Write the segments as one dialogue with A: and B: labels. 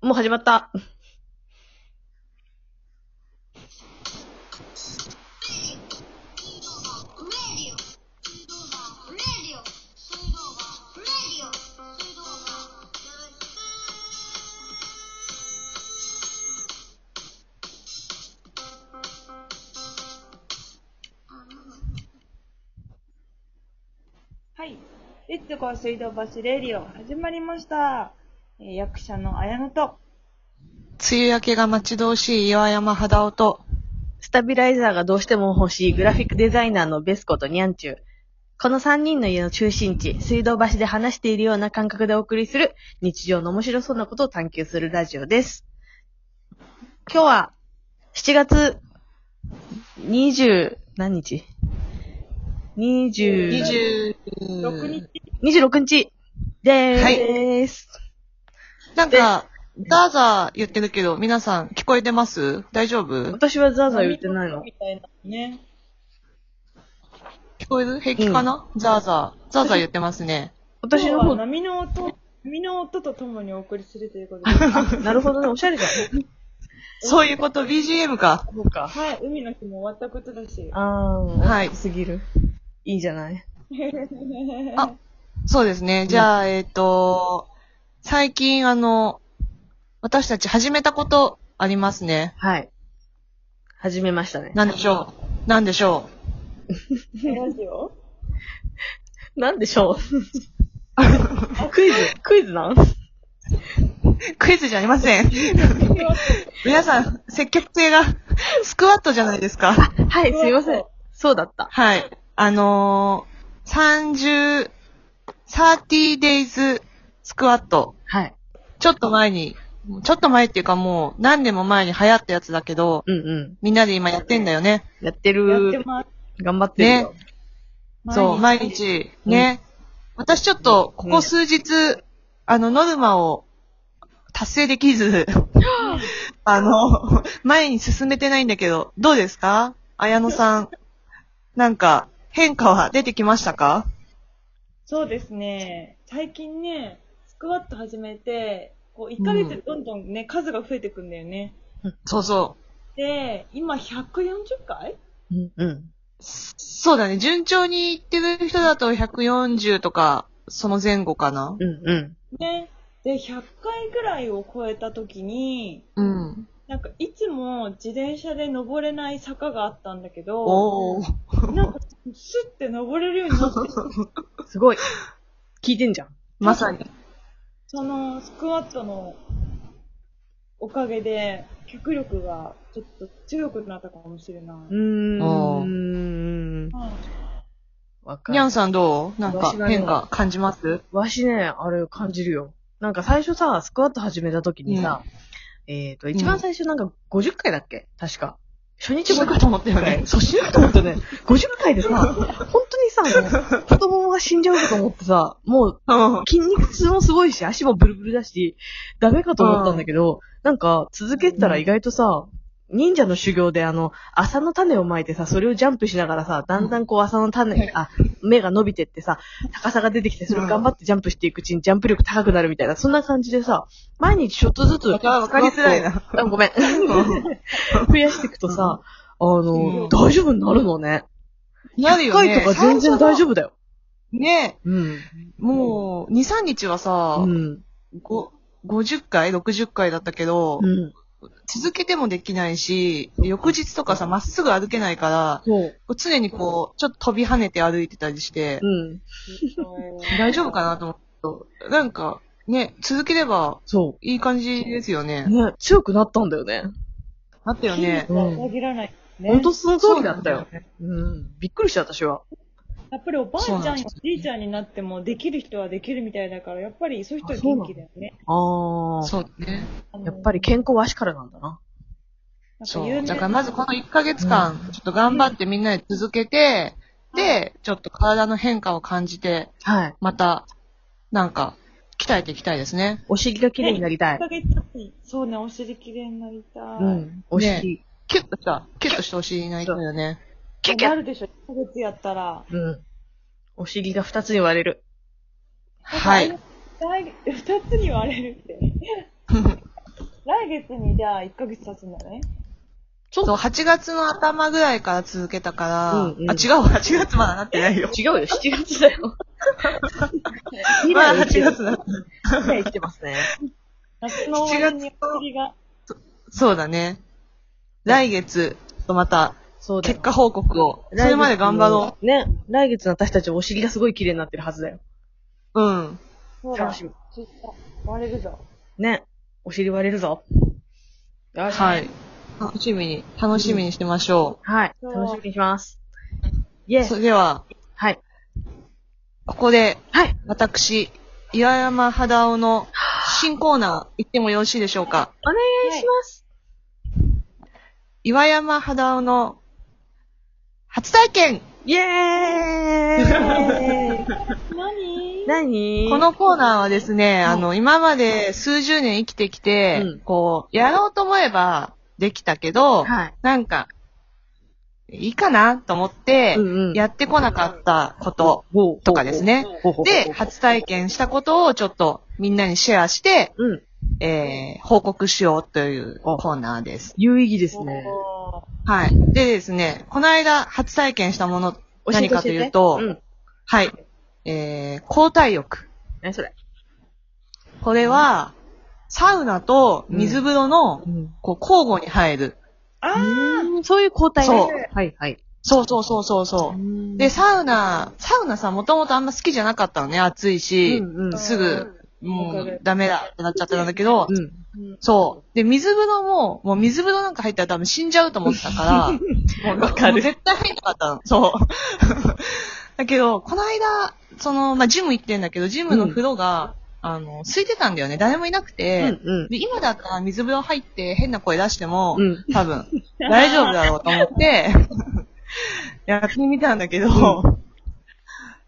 A: もう始まった。
B: はい。レッツゴー水道橋レディオ始まりました。えー役者の綾乃と、
C: 梅雨明けが待ち遠しい岩山肌音と、
A: スタビライザーがどうしても欲しいグラフィックデザイナーのベスコとニャンチュー。この3人の家の中心地、水道橋で話しているような感覚でお送りする日常の面白そうなことを探求するラジオです。今日は7月20何日 ?20
C: 20、
B: 6日、
A: 26日でーす。
C: なんか、ザーザー言ってるけど、皆さん聞こえてます大丈夫
A: 私はザーザー言ってないの。
B: みたいなね。
C: 聞こえる平気かな、ザーザー。ザーザー言ってますね。
A: 私の
B: 今日は
A: 方、
B: 波の音、波の音とともにお送りするということ で。
A: なるほどね、おしゃれじゃん。
C: そういうこと、BGM か。
A: そうか。
B: はい、海の日も終わったことだ し。
A: あー、
C: はい
A: 大きすぎる。いいじゃない。
C: あ、そうですね。じゃあ、えっ、と、最近、あの、私たち始めたことありますね。
A: はい。始めましたね。
C: なんでしょうなんでしょう
B: ラジオ
A: なんでしょう クイズクイズなん
C: クイズじゃありません。皆さん、積極性が、 スクワットじゃないですか。
A: はい、すいません。そうだった。
C: はい。あのー、30、30 days スクワット。
A: はい。
C: ちょっと前に、ちょっと前っていうかもう何年も前に流行ったやつだけど、
A: うんう
C: みんなで今やってんだよね。
A: ん。やってる
B: やってます。
A: 頑張ってるよ。
C: そう、毎日。ね。私ちょっと、ここ数日、あの、ノルマを達成できず、 あの、前に進めてないんだけど、どうですか綾野さん。なんか、変化は出てきましたか
B: そうですね。最近ね、スクワット始めて、こう、1ヶ月でどんどんね、数が増えてくんだよね。
C: そうそう。
B: で、今140回
A: うんうん。
C: そうだね。順調にいってる人だと140とか、その前後かな。
A: うんうん。
B: ね。で、100回ぐらいを超えたときに、
C: うん。
B: なんかいつも自転車で登れない坂があったんだけど、
C: おお。
B: なんかスッて登れるようになって、
A: すごい。聞いてんじゃん。
C: まさに。
B: そのスクワットのおかげで、脚力がちょっと強くなったかもしれない。
A: う
C: お
A: ーん。
B: はい
A: わか
C: にゃ
A: る
C: ん。さんどうなんか
A: 私はね
C: 変化感じます
A: わしね、あれ感じるよ。なんか最初さ、スクワット始めた時にさ、えっと、一番最初なんか50回だっけ確か。初日
C: ちょ
A: 50
C: っと思ったよね。
A: そう、死ぬかと思ってね、50回でさ、本当にさ、もう太ももが死んじゃうかと思ってさ、もう
C: うん。
A: 筋肉痛もすごいし、足もブルブルだし、ダメかと思ったんだけど、なんか続けてたら意外とさ、忍者の修行であの、朝の種をまいてさ、それをジャンプしながらさ、だんだんこう朝の種、あ、芽が伸びてってさ、高さが出てきて、それを頑張ってジャンプしていくうちにジャンプ力高くなるみたいな、そんな感じでさ、毎日ちょっとずつ、
C: わかわかりづら いな。
A: あごめん。増やしていくとさ、あの、
C: うん
A: 大丈夫になるのね。
C: なるよね。
A: 100回とか全然大丈
C: 夫。
A: 夫だよ。
C: ね
A: うん。
C: もう、2、3日はさ
A: う、ん。
C: ご50回 ?60 回だったけど
A: う、ん。
C: 続けてもできないし、翌日とかさ、まっすぐ歩けないから、
A: そう。
C: こう常にこう、ちょっと飛び跳ねて歩いてたりして
A: う、ん。
C: 大丈夫かなと思ったなんか、ね、続ければ
A: そ
C: いい感じですよね
A: う。。ね、強くなったんだよね。
C: あったよね。
B: 筋肉は裏切らない。ね、
A: ほんとその通りだった
C: そ
A: よ
C: う。なんだよね。
A: うん。びっくりした、私は。
B: やっぱりおばあち
C: そうな
B: ゃ
C: ん
B: ん
C: で
B: や
C: す
B: おじいちゃんになってもできる人はできるみたいだから、やっぱりそういう人は元気だよね。
A: ああ。
C: そうだね。
A: やっぱり健康は足からなんだな。
B: そ
C: そう。
B: う。
C: だからまずこの1ヶ月間、ちょっと頑張ってみんなで続けて、で、ちょっと体の変化を感じて、
A: はい。
C: また、なんか、鍛えていきたいですね。
A: お尻が綺麗になりた
B: 1
A: い。
B: ヶ月後にそうね、お尻きれいになりたい。
A: うん。お尻。
C: キュッとした、キュッとしたお尻になりたいよね。
A: キュキ
B: な
A: ュ
B: るでしょ、1ヶ月やったら。
A: うん。お尻が二つに割れる。
C: はい。。
B: 二つに割れるって。来月にじゃあ1ヶ月経つんだね。
A: ちょっ
C: そう、
A: と、
C: 8月の頭ぐらいから続けたから、
A: うんうん
C: あ、違うわ、8月まだなってないよ。
A: 違うよ、7月だよ。 未来
C: まあ、
A: を生きて
C: 8
A: る
C: 月だった。
A: 未来生きてますね。
B: 夏の終わりに薬が。
C: そうだね。来月、また、
A: そうだよ
C: 結果報告を。それまで頑張ろ
A: う。ね。来月の私たちお尻がすごい綺麗になってるはずだよ。
C: う。うん。
B: そうだ。
A: 楽し
B: ツイ
A: み。
B: ッター割れるぞ。
A: ね。お尻割れるぞ。よし。
C: はい。。楽しみに、楽しみにしてましょ
A: はい。
B: そう
A: 楽しみにします。イ
C: う。
A: エ
C: そ
A: ス。
C: れでは、
A: はい。
C: ここで、
A: はい。
C: 私、岩山肌男の新コーナー行ってもよろしいでしょうか。
A: お願いします。
C: 岩山肌男の初体験
A: イエーイ
B: 何
A: 何
C: こ、のコーナーはですね、
A: うん
C: あの、今まで数十年生きてきて、
A: うん
C: こう、やろうと思えばできたけど、
A: はい。
C: なんか、いいかなと思って、
A: うんうん
C: やってこなかったこと
A: ほう
C: とかですね。
A: ほうほうほう
C: で、初体験したことをちょっとみんなにシェアして、
A: うん。
C: えー、報告しようというコーナーです。
A: 有意義ですね。
B: おー
C: はい。でですね、この間初体験したもの、
A: 教えて
C: 何かというと
A: 教えてうん。
C: はい。えー、交代浴。
A: 何それ。
C: これは、サウナと水風呂の、
A: うん。
C: こう、交互に入る。
B: あ
A: そういう交代ね。
C: そう
A: はいはい。
C: そうそうそうそうそう。で、サウナ、サウナさ、もともとあんま好きじゃなかったのね、暑いし、
A: うんうん
B: あ。
C: すぐ、も
B: わか
C: う
B: る、
C: ダメだってなっちゃってたんだけど、
A: うん。
B: うん。
C: そう。で、水風呂も、もう水風呂なんか入ったら多分死んじゃうと思ってたから、もう
A: わかる
C: もう絶対入んなかったの。そう。 だけど、この間、その、まあ、ジム行ってんだけど、ジムの風呂が、あの、空いてたんだよね。誰もいなく
A: う
C: て、
A: ん
C: で今だったら水風呂入って変な声出しても、
A: うん。うん。
C: 多分、大丈夫だろうと 思って、やってみたんだけど、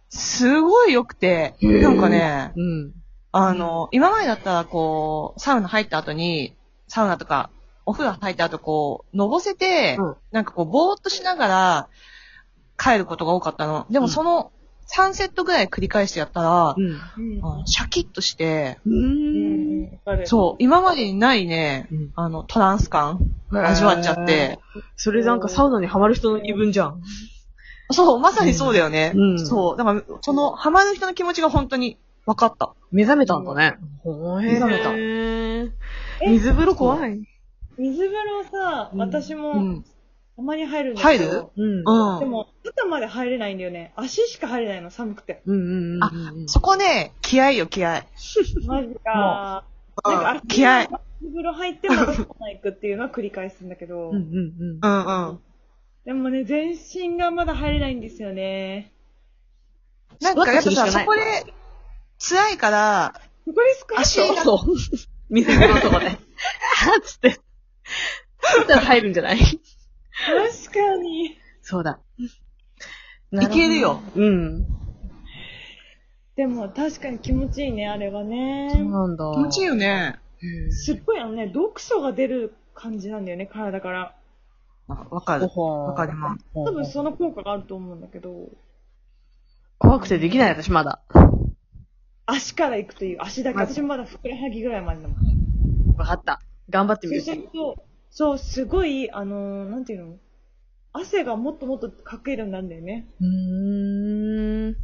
C: すごい良くて、
A: へー
C: なんかね、
A: うん。
C: あの、今までだったらこう、サウナ入った後に、サウナとか、お風呂入った後こう、のぼせて、
A: うん
C: なんかこう、ぼーっとしながら、帰ることが多かったの。で
A: う
C: も
A: ん
C: その、3セットぐらい繰り返してやったら、
A: うん。
B: うん。
C: うんシャキッとして、
B: うん。わかる。
C: そう、今までにないね、
A: うん
C: あの、トランス感、味わっちゃって。
A: それなんかサウナにハマる人の言い分じゃん。
C: そう、まさにそうだよね。
A: うん
C: そう、だから、その、ハマる人の気持ちが本当に分かった。
A: 目覚めたんだね。ほえ
C: 目覚
A: め
B: え
A: 水風呂怖い。
B: 水風呂さ、
A: うん
B: 私
C: う
B: も
C: ん。
B: たまに入るんだけど。
C: 入る
A: うん。
C: うん。
B: でも、肩まで入れないんだよね。足しか入れないの、寒くて。
A: うんうんうん。
C: あ、そこね、気合よ、気合。
B: マジか。
C: うん
B: なんか、
C: 気合。。
B: 水風呂入ってまたそこまで行くっていうのは繰り返すんだけど。
A: うんうん
C: うんうん。
B: でもね、全身がまだ入れないんですよね。
C: なんかやっぱ
A: スクワットするしかな
C: さ、そ
A: い
C: こで、辛いから、
B: そこでスクワッ
C: 足
A: そう
C: が、
A: そう。水風呂のとこで。あーっつって。そったら入るんじゃない
B: ト確かに。
A: そうだ。
C: いけるよ。
A: うん。
B: でも確かに気持ちいいね、あれはね
A: そ。うなんだ。
C: 気持ちいいよね。
B: すっごいあのね、読書が出る感じなんだよね、体から。
C: あわか
A: うん。
C: る。
A: わ
C: わかります。
A: 多
B: 多分その効果があると思うんだけど、
A: 怖くてできない私まだ。
B: 足から行くという、足だけ。
A: まず
B: 私もまだふくらはぎぐらいまでだもん。
A: わかった。頑張ってみ
B: そう
A: る
B: す。ると、そう、すごい、あのーなんていうの汗がもっともっとかけるようになるんだよね。
A: うーん。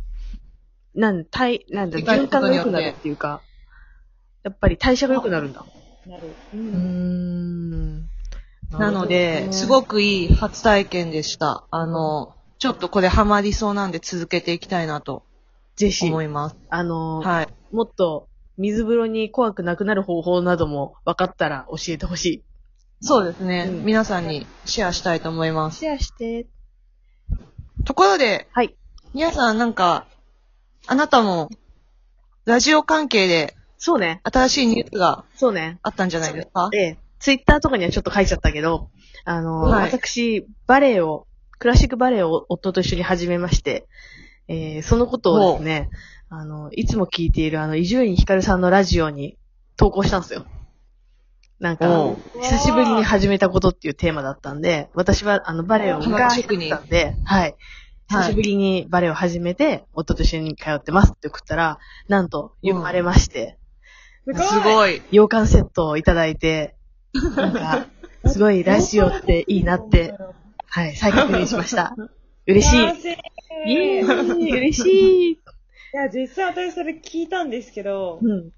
A: なん、体、なんだ、
C: 理解
A: 循
C: する
A: 環
C: こと
A: が
C: に
A: 良
C: よって
A: くなるっていうか、やっぱり代謝が良くなるんだ。
B: なる。う
A: うー
B: ん。
A: ん。
C: なので、すごくいい初体験でした。あの、ちょっとこれハマりそうなんで続けていきたいなと
A: ぜひ
C: 思、います。
A: あのー
C: はい。
A: もっと水風呂に怖くなくなる方法なども分かったら教えてほし
C: そうですね、
A: うん
C: 皆さんにシェアしたいと思いま
A: い。
C: す。
A: シェアして。
C: ところで、
A: はい。
C: 皆さんなんか、あなたも、ラジオ関係で
A: そうね。
C: 新しいニュースが
A: そうね。
C: あったんじゃないですか
A: で、ツイッターとかにはちょっと書いちゃったけど、あのー、
C: はい
A: 私、バレエを、クラシックバレエを夫と一緒に始めまして、えー、そのことをですね、あの、いつも聞いているあの、伊集院光さんのラジオに投稿したんですよ。なん
C: お
A: か
C: う、
A: 久しぶりに始めたことっていうテーマだったんで、私はあの、バレエを昔やってたんで、はい。
C: はい
A: 久しぶりにバレエを始めて、夫と一緒に通ってますって送ったら、なんと、読まれまして、
B: す
C: すごい。
A: 洋館セットをいただいて、なん か、すごいラジオっていいなって、はい、再確認しました。嬉しい。
B: しい。
A: イエ
B: い
A: ー イ嬉しい。
B: や、実際私それ聞いたんですけど、
A: うん。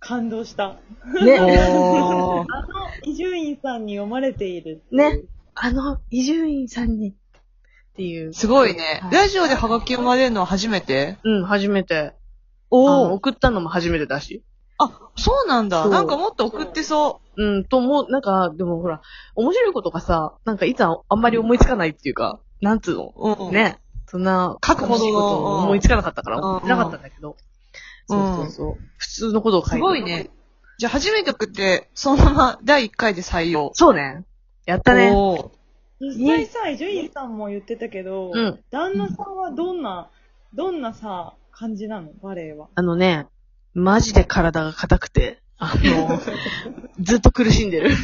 B: 感動した。
A: ね。
C: おー。
B: あの、伊集院さんに読まれている。
A: ね。あの、伊集院さんに、っていう。
C: すごいね
A: は。い
C: ラジオでハガキ読まれるのは初めて
A: うん、初めて。あの
C: おー。
A: 送ったのも初めてだし。
C: あ、そうなんだ。
A: そう
C: なんかもっと送ってそ
A: うん、と思う、なんか、でもほら、面白いことがさ、なんかいつああんまり思いつかないっていうか、なんつうの。
C: う。うん。。
A: ね。そんな、
C: 書くほどの
A: 楽しいことを思いつかなかったから、
C: うん
A: 思ってなかったんだけど。
C: う
A: そ
C: ん
A: うそうそう。普通のことを書いて
C: すごいね。。じゃあ初めて送って、そのまま第1回で採用。
A: そうね。やったね。
C: おー。
B: 実際さ、伊集院さんも言ってたけど、
A: うん。
B: 旦那さんはどんな、どんなさ、感じなのバレエは。
A: あのね、マジで体が硬くて、あ の、ずっと苦しんでる。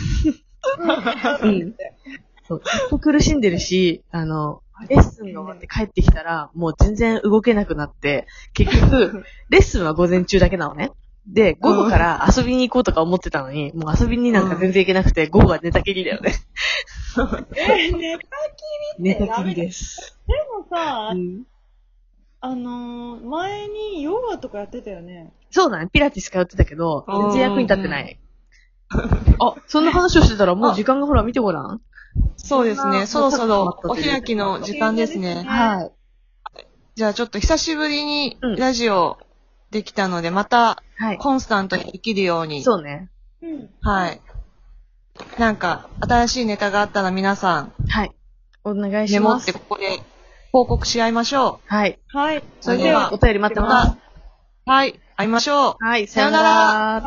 A: うん。そう、ずっと苦しんでるし、あの、レッスンが終わって帰ってきたら、もう全然動けなくなって、結 局、レッスンは午前中だけなのね。で、午後から遊びに行こうとか思ってたのに、もう遊びになんか全然行けなくて、午後は寝たきりだよね。
B: え、ね、で
A: 寝たきりです。
B: もさ
A: う、ん
B: あのー、前にヨガとかやってたよね。
A: そうだね、ピラティス通ってたけど、全然役に立って ない。あ、そんな話をしてたらもう時間がほら見てごらん。
C: そうですね。そ
A: そん
C: ろ
A: な。
C: そろお開きの時間です
B: お開きですね。
C: ね
B: はい
C: じゃあちょっと久しぶりに
A: うん
C: ラジオできたので、また
A: はい。
C: コンスタントにできるように。
A: そうね。
B: うん。
C: はい。なんか、新しいネタがあったら皆さん、
A: はい。お願いし
C: メモ
A: ま
C: っ
A: す
C: て。ここで報告し合いましょ
A: はい。
B: はい。
C: それでは
A: お便り待っ
C: う。
A: てます。
C: はい、会いましょう。
A: はい、
C: さようなら。